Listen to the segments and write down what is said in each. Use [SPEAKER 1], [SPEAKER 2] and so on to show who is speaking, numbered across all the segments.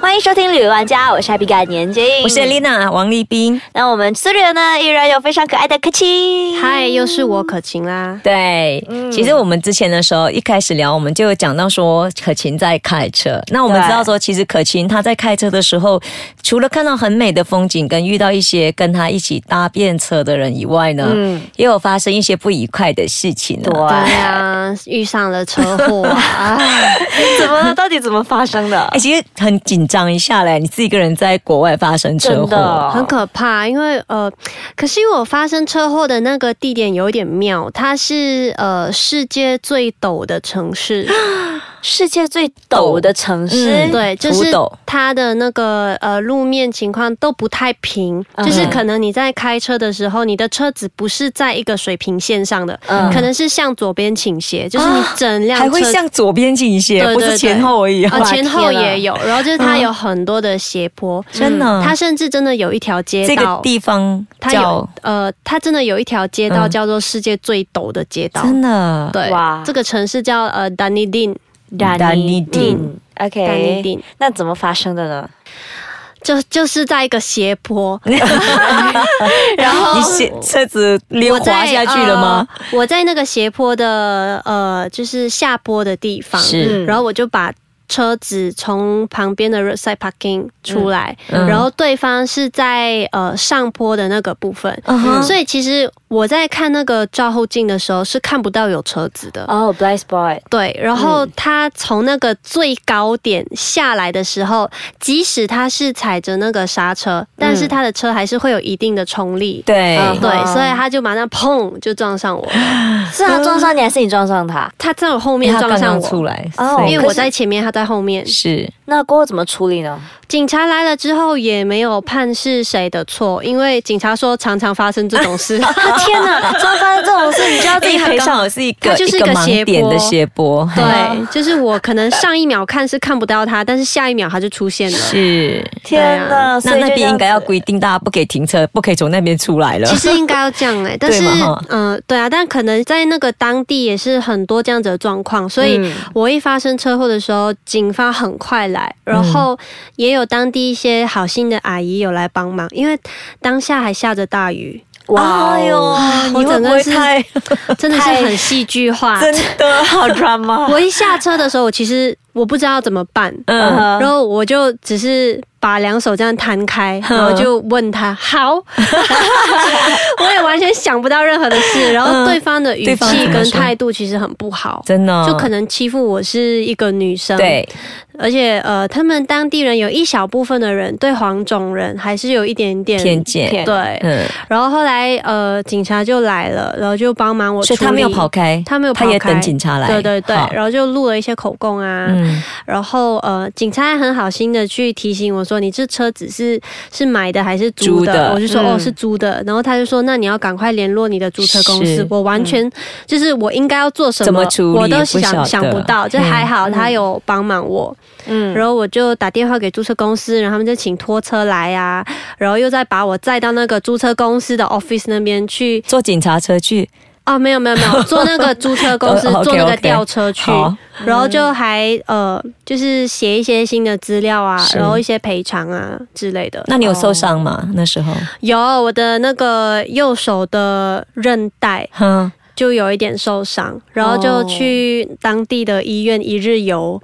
[SPEAKER 1] 欢迎收听《旅游玩家》，我是 Happy 感年金，
[SPEAKER 2] 我是 Lina 王立斌。
[SPEAKER 1] 那我们苏人呢，依然有非常可爱的柯奇。
[SPEAKER 3] 嗨，哎又是我可晴啦。
[SPEAKER 2] 对，嗯其实我们之前的时候一开始聊，我们就有讲到说可晴在开车。那我们
[SPEAKER 1] 对
[SPEAKER 2] 知道说，其实可晴她在开车的时候，除了看到很美的风景，跟遇到一些跟她一起搭便车的人以外呢，也有发生一些不愉快的事情、啊。
[SPEAKER 1] 对
[SPEAKER 3] 嗯对啊，遇上了车 祸啊！
[SPEAKER 1] 怎么了？到底怎么发生的？
[SPEAKER 2] 哎、其实很紧张一下嘞，你自己一个人在国外发生车
[SPEAKER 1] 真
[SPEAKER 2] 祸，
[SPEAKER 1] 的
[SPEAKER 3] 很可怕，因为呃，可是因为我发生车祸的那个地点有一点妙，它是呃世界最陡的城市，
[SPEAKER 1] 世界最陡的城市，
[SPEAKER 2] 嗯
[SPEAKER 3] 对，就
[SPEAKER 2] 土
[SPEAKER 3] 是
[SPEAKER 2] 陡
[SPEAKER 3] 它的那个呃路面情况都不太平，就是
[SPEAKER 1] 嗯
[SPEAKER 3] 可能你在开车的时候，你的车子不是在一个水平线上的，
[SPEAKER 1] 嗯
[SPEAKER 3] 可能是向左边倾斜，就是你整辆
[SPEAKER 2] 还会
[SPEAKER 3] 车
[SPEAKER 2] 向左边倾斜，
[SPEAKER 3] 对
[SPEAKER 2] 不是
[SPEAKER 3] 对
[SPEAKER 2] 前
[SPEAKER 3] 对
[SPEAKER 2] 后而已、
[SPEAKER 3] 啊前后
[SPEAKER 1] 天啊
[SPEAKER 3] 也有，然后就是它有很多的斜坡，
[SPEAKER 2] 真的，
[SPEAKER 3] 它甚至真的有一条街
[SPEAKER 2] 嗯这个
[SPEAKER 3] 道，
[SPEAKER 2] 地方
[SPEAKER 3] 它
[SPEAKER 2] 叫
[SPEAKER 3] 有呃，它真的有一条街道
[SPEAKER 2] 嗯
[SPEAKER 3] 叫做世界最陡的街道。
[SPEAKER 2] 真的
[SPEAKER 3] 对，
[SPEAKER 1] 哇
[SPEAKER 3] 哇，这个城市叫呃丹尼丁，
[SPEAKER 2] 丹尼丁。
[SPEAKER 3] 丹尼
[SPEAKER 1] OK，
[SPEAKER 3] 丁，
[SPEAKER 1] 那怎么发生的呢？
[SPEAKER 3] 就就是在一个斜坡，
[SPEAKER 2] 然
[SPEAKER 3] 哦
[SPEAKER 2] 后你斜车子溜
[SPEAKER 3] 我在
[SPEAKER 2] 滑下去了吗？？
[SPEAKER 3] 呃我在那个斜坡的呃，就是下坡的地方，
[SPEAKER 2] 是
[SPEAKER 3] 嗯然后我就把。车子从旁边的 roadside parking 出来，
[SPEAKER 2] 嗯嗯
[SPEAKER 3] 然后对方是在呃上坡的那个部分，
[SPEAKER 2] 嗯哼
[SPEAKER 3] 所以其实我在看那个照后镜的时候是看不到有车子的。
[SPEAKER 1] 哦、b l a c k spot，
[SPEAKER 3] 对，然后他从那个最高点下来的时候，即使他是踩着那个刹车，但是他的车还是会有一定的冲力。
[SPEAKER 2] 对，
[SPEAKER 1] 嗯
[SPEAKER 3] 对
[SPEAKER 1] 哦，
[SPEAKER 3] 所以他就马上砰就撞上我，
[SPEAKER 1] 是他撞上你，还是你撞上他？
[SPEAKER 3] 他在我后
[SPEAKER 2] 因
[SPEAKER 3] 面
[SPEAKER 2] 为哎他
[SPEAKER 3] 撞
[SPEAKER 2] 刚
[SPEAKER 3] 上
[SPEAKER 2] 刚出
[SPEAKER 3] 我。
[SPEAKER 2] 来，
[SPEAKER 1] 哦
[SPEAKER 2] 所以
[SPEAKER 3] 因为
[SPEAKER 1] 可
[SPEAKER 3] 我
[SPEAKER 1] 是
[SPEAKER 3] 在前面，他在后面。
[SPEAKER 2] 是
[SPEAKER 1] 那过后怎么处理呢？
[SPEAKER 3] 警察来了之后也没有判是谁的错，因为警察说常常发生这种 事。
[SPEAKER 1] 啊 天哪，撞发生这种事，你
[SPEAKER 3] 哦
[SPEAKER 1] 就要自己
[SPEAKER 2] 因为
[SPEAKER 1] 赔
[SPEAKER 2] 它刚
[SPEAKER 1] 偿。
[SPEAKER 2] 好是一个
[SPEAKER 3] 它就是一个
[SPEAKER 2] 盲点的斜坡，
[SPEAKER 3] 对，哦就是我可能上一秒看是看不到他，但是下一秒他就出现了。
[SPEAKER 2] 是。啊
[SPEAKER 1] 天
[SPEAKER 3] 对
[SPEAKER 1] 哪，所
[SPEAKER 2] 那
[SPEAKER 1] 以就
[SPEAKER 2] 那
[SPEAKER 1] 这
[SPEAKER 2] 边
[SPEAKER 1] 样
[SPEAKER 2] 应该要
[SPEAKER 1] 子
[SPEAKER 2] 规定大家不可以停车，不可以从那边出来了
[SPEAKER 3] 其。实应该要这样哎、但是
[SPEAKER 2] 对嘛哈
[SPEAKER 3] 嗯、呃对啊，但可能在那个当地也是很多这样子的状况，所以
[SPEAKER 1] 嗯
[SPEAKER 3] 我一发生车祸的时候，警方很快来，然
[SPEAKER 2] 嗯
[SPEAKER 3] 后也有当地一些好心的阿姨有来帮忙，因为当下还下着大雨，
[SPEAKER 1] 哇
[SPEAKER 2] 哎
[SPEAKER 1] 哦，
[SPEAKER 2] 呦，你
[SPEAKER 3] 我
[SPEAKER 2] 会
[SPEAKER 3] 整
[SPEAKER 2] 不
[SPEAKER 3] 个
[SPEAKER 2] 会
[SPEAKER 3] 是
[SPEAKER 2] 太
[SPEAKER 3] 真的是
[SPEAKER 1] 太
[SPEAKER 3] 很戏剧化。
[SPEAKER 2] 真的好 drama？
[SPEAKER 3] 我一下车的时候，我其实我不知道怎么办，
[SPEAKER 2] 嗯
[SPEAKER 1] 哼
[SPEAKER 3] 然后我就只是把两手这样摊开，
[SPEAKER 2] 嗯
[SPEAKER 3] 然后就问他好， 我也完全想不到任何的
[SPEAKER 2] 嗯
[SPEAKER 3] 事，然后对方的语
[SPEAKER 2] 对方怎
[SPEAKER 3] 气
[SPEAKER 2] 么
[SPEAKER 3] 跟
[SPEAKER 2] 说
[SPEAKER 3] 态度其实很不好。
[SPEAKER 2] 真的哦
[SPEAKER 3] 就可能欺负我是一个女生，，
[SPEAKER 2] 嗯对，
[SPEAKER 3] 而且呃，他们当地人有一小部分的人对黄种人还是有一点点
[SPEAKER 2] 偏见，
[SPEAKER 1] 偏
[SPEAKER 3] 对，
[SPEAKER 2] 嗯，
[SPEAKER 3] 然后后来呃，警察就来了，然后就帮忙我处
[SPEAKER 2] 所以
[SPEAKER 3] 理，
[SPEAKER 2] 他没有跑，开，
[SPEAKER 3] 他没有跑
[SPEAKER 2] 他
[SPEAKER 3] 开，
[SPEAKER 2] 也等警察来，
[SPEAKER 3] 对对对
[SPEAKER 2] 好，
[SPEAKER 3] 然后就录了一些口供啊，
[SPEAKER 2] 嗯，
[SPEAKER 3] 然后呃，警察还很好心的去提醒我说，你这车子是是买的还是租
[SPEAKER 2] 租
[SPEAKER 3] 的？
[SPEAKER 2] 的
[SPEAKER 3] 我就
[SPEAKER 1] 嗯
[SPEAKER 3] 说、哦是租的，然后他就说那你要赶快联络你的租车公
[SPEAKER 2] 是嗯
[SPEAKER 3] 司。我完全、就是我应该要做什么，
[SPEAKER 2] 怎么处理
[SPEAKER 3] 我都
[SPEAKER 2] 不晓得嗯
[SPEAKER 3] 想想不到，就还好他有帮忙我，
[SPEAKER 1] 嗯，
[SPEAKER 3] 然后我就打电话给租车公司，然后他们就请拖车来啊，然后又再把我载到那个租车公司的 office 那边去。
[SPEAKER 2] 坐警察车去，
[SPEAKER 3] 哦，没有没有没 有，坐那个租车公司
[SPEAKER 2] 哦，OK，
[SPEAKER 3] 坐那个
[SPEAKER 2] OK
[SPEAKER 3] 吊车去。
[SPEAKER 2] 好，
[SPEAKER 3] 然后就还呃，就是写一些新的资料啊，
[SPEAKER 2] 是
[SPEAKER 3] 然后一些赔偿啊之类的。
[SPEAKER 2] 那你有受伤吗？那时候，
[SPEAKER 3] 有我的那个右手的韧带
[SPEAKER 2] 哼，
[SPEAKER 3] 就有一点受伤，然后就去当地的医院一日游。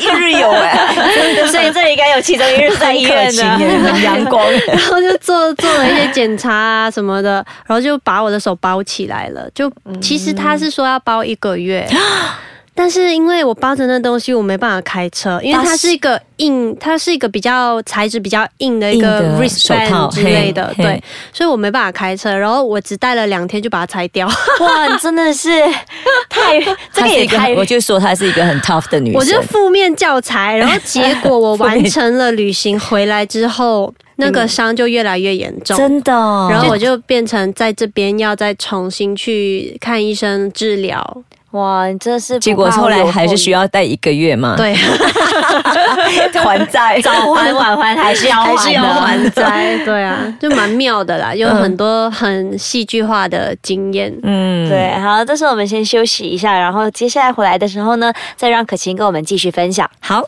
[SPEAKER 1] 一日游 哎， 所以这里应该有其中一日是在医院
[SPEAKER 2] 很可
[SPEAKER 1] 的。
[SPEAKER 2] 亲耶很阳 光。
[SPEAKER 3] 然后就做做了一些检查啊什么的，然后就把我的手包起来了。就
[SPEAKER 2] 嗯
[SPEAKER 3] 其实他是说要包一个 月。但是因为我包着那东西，我没办法开车，因为它是一个硬，它是一个比较材质比较硬的一个
[SPEAKER 2] 硬的手套
[SPEAKER 3] wristband 之类的，
[SPEAKER 2] 嘿
[SPEAKER 3] 对
[SPEAKER 2] 嘿，
[SPEAKER 3] 所以我没办法开车。然后我只戴了两天就把它拆掉，
[SPEAKER 1] 哇，你真的是太这
[SPEAKER 2] 她
[SPEAKER 1] 个
[SPEAKER 2] 是
[SPEAKER 1] 也
[SPEAKER 2] 一个
[SPEAKER 1] 太
[SPEAKER 2] 很，我就说她是一个很 tough 的女生。
[SPEAKER 3] 我就负面教材。然后结果我
[SPEAKER 2] 负面
[SPEAKER 3] 完成了旅行回来之后，那个伤就越来越严重，
[SPEAKER 2] 真的，
[SPEAKER 3] 哦然后我就变成在这边要再重新去看医生治疗。
[SPEAKER 1] 哇，你真的是不
[SPEAKER 2] 结果
[SPEAKER 1] 怕
[SPEAKER 2] 后来
[SPEAKER 1] 有
[SPEAKER 2] 还是
[SPEAKER 1] 后
[SPEAKER 2] 需
[SPEAKER 1] 遗
[SPEAKER 2] 要带一个月 嘛，
[SPEAKER 3] 对，
[SPEAKER 2] 还债，
[SPEAKER 1] 早还晚还还是要还
[SPEAKER 2] 还是要还
[SPEAKER 1] 的。
[SPEAKER 3] 灾， 对啊，就蛮妙的啦，有很多很戏剧化的经验。
[SPEAKER 2] 嗯，
[SPEAKER 1] 对，好，这时候我们先休息一下，然后接下来回来的时候呢，再让可晴跟我们继续分享。
[SPEAKER 2] 好，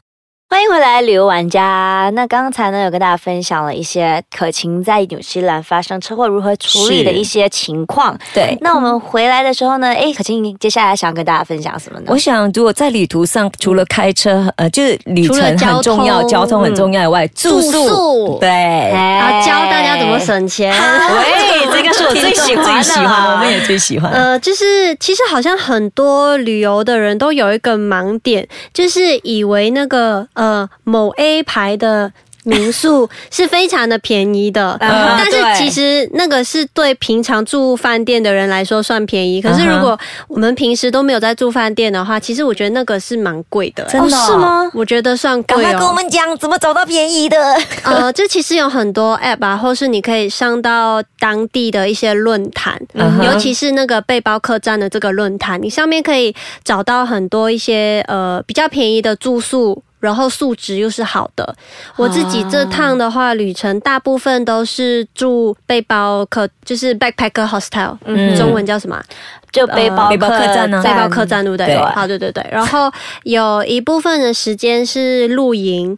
[SPEAKER 1] 欢迎回来，旅游玩家。那刚才呢，有跟大家分享了一些可晴在纽西兰发生车祸如何处理
[SPEAKER 2] 是
[SPEAKER 1] 的一些情况。
[SPEAKER 2] 对。
[SPEAKER 1] 那我们回来的时候呢，哎，可晴接下来想跟大家分享什么呢？
[SPEAKER 2] 我想，如果在旅途上，除了开车，呃，就是旅程
[SPEAKER 3] 除了交
[SPEAKER 2] 很
[SPEAKER 3] 通
[SPEAKER 2] 重要，交通很重要以外，住
[SPEAKER 3] 住
[SPEAKER 2] 宿
[SPEAKER 3] 宿，
[SPEAKER 2] 对，
[SPEAKER 1] 哎
[SPEAKER 3] 啊，教大家怎么。省钱。
[SPEAKER 1] 喂，这个是我最喜欢的啦，
[SPEAKER 2] 最喜欢，嗯我们也最喜欢。
[SPEAKER 3] 呃，就是其实好像很多旅游的人都有一个盲点，就是以为那个呃某 A 牌的。民 宿是非常的便宜
[SPEAKER 2] 啊
[SPEAKER 3] 的，呃
[SPEAKER 1] 嗯
[SPEAKER 3] 但
[SPEAKER 1] 对
[SPEAKER 3] 是其实那个是对平常住饭店的人来说算便宜。可是
[SPEAKER 2] 嗯哼
[SPEAKER 3] 如果我们平时都没有在住饭店的话，其实我觉得那个是蛮贵的、
[SPEAKER 2] 真的哦
[SPEAKER 1] 是吗？
[SPEAKER 3] 我觉得算
[SPEAKER 2] 赶
[SPEAKER 3] 贵
[SPEAKER 2] 快跟我
[SPEAKER 3] 哦。
[SPEAKER 2] 们讲怎么找到便宜的。
[SPEAKER 3] 呃，这其实有很多 app 啊，或是你可以上到当地的一些论坛，
[SPEAKER 2] 嗯哼
[SPEAKER 3] 尤其是那个背包客栈的这个论坛，你上面可以找到很多一些呃比较便宜的住宿。然后素质又是好的，我自己这趟的话，旅程大部分都是住背包客，就是 backpacker hostel，、
[SPEAKER 2] 嗯
[SPEAKER 3] 中文叫什么啊？
[SPEAKER 1] 就背包
[SPEAKER 3] 呃
[SPEAKER 2] 背包客栈呢
[SPEAKER 3] 背包客栈对不对？
[SPEAKER 2] 对
[SPEAKER 3] 好，对对对。然后有一部分的时间是露营，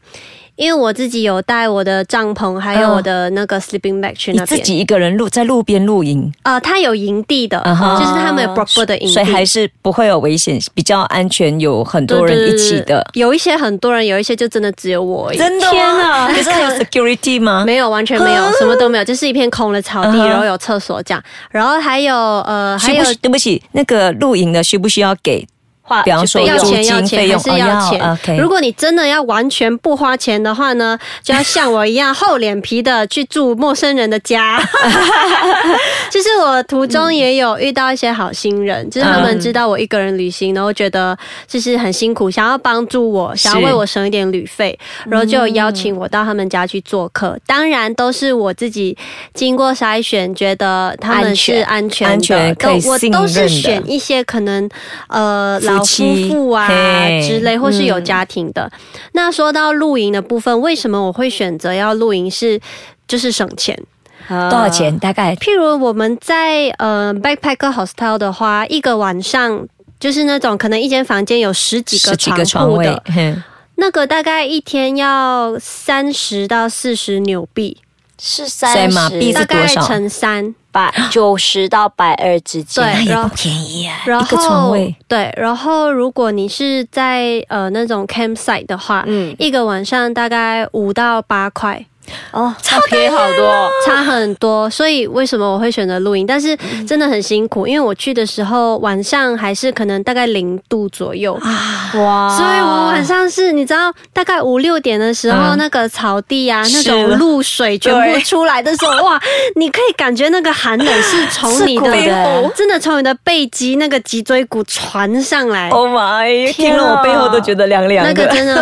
[SPEAKER 3] 因为我自己有带我的帐篷，还有
[SPEAKER 2] 嗯
[SPEAKER 3] 我的那个 sleeping bag 去
[SPEAKER 2] 你
[SPEAKER 3] 那
[SPEAKER 2] 自
[SPEAKER 3] 边。
[SPEAKER 2] 己一个人露在路边露营，
[SPEAKER 3] 呃，它有营地的
[SPEAKER 2] 嗯哼
[SPEAKER 3] 就是他们有 proper 的营
[SPEAKER 2] 所以还
[SPEAKER 3] 地。
[SPEAKER 2] 是不会有危险，比较安全，有很
[SPEAKER 3] 对
[SPEAKER 2] 多人
[SPEAKER 3] 对
[SPEAKER 2] 一起
[SPEAKER 3] 对对
[SPEAKER 2] 的。
[SPEAKER 3] 有一些很多人，有一些就真的只有我而已，
[SPEAKER 2] 真的
[SPEAKER 1] 天
[SPEAKER 2] 吗？
[SPEAKER 1] 哪
[SPEAKER 2] 可是还有 security 吗？
[SPEAKER 3] 没有完全没有，什么都没有，就是一片空的草
[SPEAKER 2] 嗯
[SPEAKER 3] 地，
[SPEAKER 2] 哼
[SPEAKER 3] 然后有厕所这样，然后还有呃，还
[SPEAKER 2] 需
[SPEAKER 3] 有
[SPEAKER 2] 不需？对不起，那个露营的需不需要给？
[SPEAKER 1] 话
[SPEAKER 2] 比方说
[SPEAKER 1] 就
[SPEAKER 3] 哦要
[SPEAKER 1] 背
[SPEAKER 2] 住
[SPEAKER 1] 后
[SPEAKER 3] 钱要
[SPEAKER 2] 租金
[SPEAKER 3] 钱
[SPEAKER 2] 费
[SPEAKER 3] 还
[SPEAKER 2] 用
[SPEAKER 3] 是
[SPEAKER 2] 哦
[SPEAKER 3] 要
[SPEAKER 2] 要
[SPEAKER 3] 钱、
[SPEAKER 2] OK
[SPEAKER 3] 如果你真的要完全不花钱的话呢，就要像我一样厚脸皮的去住陌生人 的家。 其实我途中也有遇到一些好心
[SPEAKER 2] 嗯
[SPEAKER 3] 人，就是他们知道我一个人旅行，然后觉得就是很辛苦，想要帮助我，想要为我省一点旅费，
[SPEAKER 2] 嗯
[SPEAKER 3] 然后就有邀请我到他们家去做客。当然都是我自己经过筛选，觉得他们是安全的，
[SPEAKER 2] 安全可以
[SPEAKER 3] 都我
[SPEAKER 2] 信
[SPEAKER 3] 都
[SPEAKER 2] 任
[SPEAKER 3] 是
[SPEAKER 2] 的
[SPEAKER 3] 选一些可能呃
[SPEAKER 2] 夫
[SPEAKER 3] 老夫
[SPEAKER 2] 妻
[SPEAKER 3] 妇啊
[SPEAKER 2] 嘿嗯
[SPEAKER 3] 之类，或是有家庭的。那说到露营的部分，为什么我会选择要露营是？就是省钱，
[SPEAKER 1] 多
[SPEAKER 2] 多少？钱？大概
[SPEAKER 3] 譬如我们在呃 backpacker hostel 的话，一个晚上就是那种可能一间房间有十几个
[SPEAKER 2] 十几个
[SPEAKER 3] 床
[SPEAKER 2] 床
[SPEAKER 3] 铺
[SPEAKER 2] 位
[SPEAKER 3] 的，，
[SPEAKER 2] 哼
[SPEAKER 3] 那个大概一天要三十到四十纽币，
[SPEAKER 1] 是
[SPEAKER 2] 所以
[SPEAKER 1] 三
[SPEAKER 2] 马
[SPEAKER 1] 十
[SPEAKER 2] 币是
[SPEAKER 3] 大
[SPEAKER 2] 多
[SPEAKER 3] 概
[SPEAKER 2] 少
[SPEAKER 3] 乘三。
[SPEAKER 1] 百九十到百二之间。
[SPEAKER 2] 那
[SPEAKER 3] 对
[SPEAKER 2] 也不
[SPEAKER 3] 然 后
[SPEAKER 2] 便宜啊，
[SPEAKER 3] 然
[SPEAKER 2] 一个床
[SPEAKER 3] 后
[SPEAKER 2] 位。
[SPEAKER 3] 对，然后如果你是在呃那种 campsite 的话，
[SPEAKER 1] 嗯，
[SPEAKER 3] 一个晚上大概五到八块，
[SPEAKER 1] 哦，差便宜好多。
[SPEAKER 3] 差很多。所以为什么我会选择露营？但是
[SPEAKER 2] 嗯
[SPEAKER 3] 真的很辛苦，因为我去的时候晚上还是可能大概零度左右。
[SPEAKER 2] 啊
[SPEAKER 1] 哇
[SPEAKER 3] 所以我晚上是，你知道，大概五六点的时候，
[SPEAKER 2] 嗯
[SPEAKER 3] 那个草地啊，那
[SPEAKER 2] 是
[SPEAKER 3] 种露水全部
[SPEAKER 2] 对
[SPEAKER 3] 出来的 时候，哇，你可以感觉那个寒冷是从你
[SPEAKER 1] 刺骨
[SPEAKER 3] 的
[SPEAKER 1] 的，
[SPEAKER 3] 真的从你的背脊那个脊椎骨传上来。
[SPEAKER 2] Oh my！
[SPEAKER 1] 天
[SPEAKER 2] 听
[SPEAKER 1] 啊
[SPEAKER 2] 了我背后都觉得凉凉
[SPEAKER 3] 那个
[SPEAKER 2] 的。
[SPEAKER 3] 真的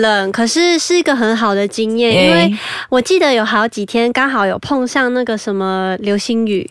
[SPEAKER 3] 冷，可是是一个很好的经验，
[SPEAKER 2] 哎
[SPEAKER 3] 因为我记得有好几天刚好有碰上那个什么流 星雨，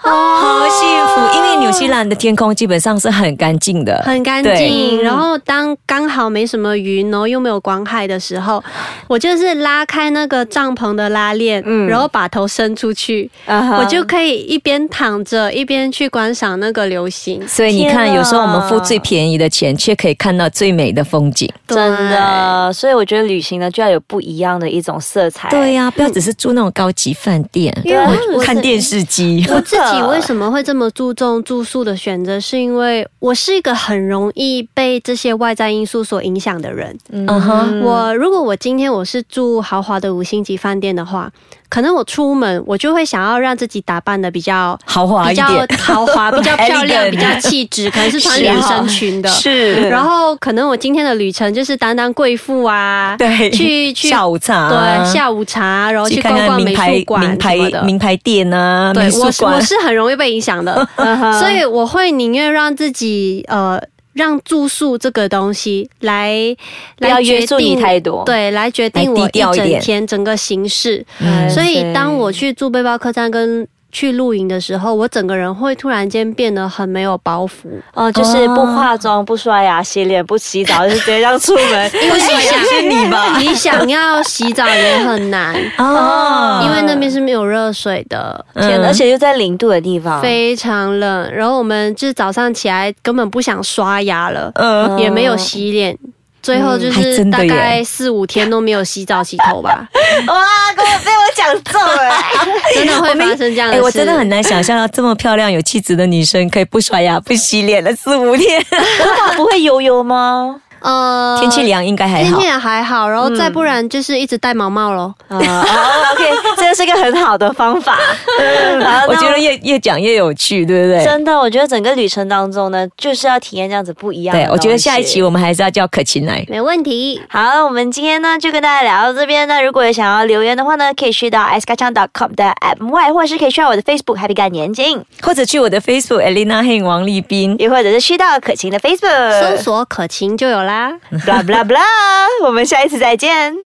[SPEAKER 2] 好幸福，因为纽西兰的天空基本上是很干净的，
[SPEAKER 3] 很干
[SPEAKER 2] 对
[SPEAKER 3] 净。然后当刚好没什么云，然后又没有光害的时
[SPEAKER 2] 嗯
[SPEAKER 3] 候，我就是拉开那个帐篷的拉链，
[SPEAKER 2] 嗯
[SPEAKER 3] 然后把头伸出去，我
[SPEAKER 1] 我
[SPEAKER 3] 就可以一边躺着一边去观赏那个流星。
[SPEAKER 2] 所以你看，
[SPEAKER 1] 天啊
[SPEAKER 2] 有时候我们付最便宜的钱，却可以看到最美的风景。
[SPEAKER 3] 对
[SPEAKER 1] 真的，所以我觉得旅行呢就要有不一样的一种色彩。
[SPEAKER 2] 对呀、哎不要只是住那种高级饭店，
[SPEAKER 3] 因为我
[SPEAKER 1] 对
[SPEAKER 3] 我
[SPEAKER 2] 看电视机。
[SPEAKER 3] 我自己为什么会这么注重住宿的选择，是因为我是一个很容易被这些外在因素所影响的人。
[SPEAKER 2] 嗯哼，
[SPEAKER 3] 我如果我今天我是住豪华的五星级饭店的话，可能我出门我就会想要让自己打扮的比较。
[SPEAKER 2] 豪华
[SPEAKER 3] 比
[SPEAKER 2] 一
[SPEAKER 3] 较
[SPEAKER 2] 点，
[SPEAKER 3] 豪 华、比较漂
[SPEAKER 2] Elegant
[SPEAKER 3] 亮、比较气质，可能是 穿
[SPEAKER 1] 是
[SPEAKER 3] 连
[SPEAKER 1] 啊
[SPEAKER 3] 身裙的。
[SPEAKER 2] 是
[SPEAKER 3] 然后可能我今天的旅程就是当当贵妇啊，
[SPEAKER 2] 对
[SPEAKER 3] 去去
[SPEAKER 2] 下午茶，啊
[SPEAKER 3] 对下午茶，然后去
[SPEAKER 2] 去看
[SPEAKER 3] 逛
[SPEAKER 2] 看
[SPEAKER 3] 逛
[SPEAKER 2] 名
[SPEAKER 3] 美
[SPEAKER 2] 牌
[SPEAKER 3] 术馆
[SPEAKER 2] 名牌
[SPEAKER 3] 什么的
[SPEAKER 2] 名牌店啊，
[SPEAKER 3] 对
[SPEAKER 2] 美，术
[SPEAKER 3] 我是我
[SPEAKER 2] 馆。
[SPEAKER 3] 是很容易被影 响的，嗯
[SPEAKER 1] 嗯
[SPEAKER 3] 呃所以我会宁愿让自己呃。让住宿这个东西来
[SPEAKER 1] 不要
[SPEAKER 3] 来决
[SPEAKER 1] 约束你
[SPEAKER 3] 定
[SPEAKER 1] 太多
[SPEAKER 3] 对，来决定
[SPEAKER 2] 来
[SPEAKER 3] 我
[SPEAKER 2] 低调一
[SPEAKER 3] 整
[SPEAKER 2] 点
[SPEAKER 3] 天整个形式。
[SPEAKER 2] 嗯
[SPEAKER 3] 所以当我去住背包客栈跟去露营的时候，我整个人会突然间变得很没有包袱。
[SPEAKER 1] 哦，就是不化妆、不刷牙、洗脸、不洗 澡，就是直接这样出门。
[SPEAKER 3] 为
[SPEAKER 1] 不洗
[SPEAKER 3] 想
[SPEAKER 1] 是你吧？
[SPEAKER 3] 哎 你想要洗澡也 很难，
[SPEAKER 2] 哦
[SPEAKER 1] 嗯
[SPEAKER 3] 因为那边是没有热水的。
[SPEAKER 1] 天哪，
[SPEAKER 2] 嗯
[SPEAKER 1] 而且又在零度的地方，
[SPEAKER 3] 非常冷，然后我们就是早上起来根本不想刷牙了，
[SPEAKER 2] 呃，
[SPEAKER 3] 也没有洗脸，最后就
[SPEAKER 2] 嗯还
[SPEAKER 3] 是
[SPEAKER 2] 真
[SPEAKER 3] 大
[SPEAKER 2] 的耶
[SPEAKER 3] 概四五天都没有洗澡洗 头吧，
[SPEAKER 1] 哇，给我被我讲中了。
[SPEAKER 3] 真的会发生这样的
[SPEAKER 2] 哎，
[SPEAKER 3] 事。
[SPEAKER 2] 我真的很难想象到这么漂亮、有气质的女生可以不刷牙、不洗脸了四五天。
[SPEAKER 1] 不会游游吗？
[SPEAKER 3] 呃
[SPEAKER 2] 天气。凉应该还
[SPEAKER 3] 天
[SPEAKER 2] 好嗯
[SPEAKER 3] 气。也还好，然后再不然就是一直戴毛毛咯。
[SPEAKER 1] 啊、哦 o k 这是个很好的方 法。好
[SPEAKER 2] 我觉得
[SPEAKER 3] 呃
[SPEAKER 1] 那
[SPEAKER 2] 越越讲越有趣，对不对？
[SPEAKER 1] 真的，我觉得整个旅程当中呢，就是要体验这样子不一样的
[SPEAKER 2] 对，我觉得下一
[SPEAKER 1] 东西
[SPEAKER 2] 期我们还是要叫可晴来。
[SPEAKER 3] 没问题。
[SPEAKER 1] 好，我们今天呢就跟大家聊到这边呢。如果有想要留言的话呢，可以去到 s k a c h a n g c o m 的 app 外，或者是可以去到我的 Facebook Happy 干年金，
[SPEAKER 2] 或者去我的 Facebook Elena h e n 王立斌。
[SPEAKER 1] 也或者是去到可晴的
[SPEAKER 3] 搜
[SPEAKER 1] Facebook。
[SPEAKER 3] 索可晴就有啦。
[SPEAKER 1] blah blah blah，我们下一次再见。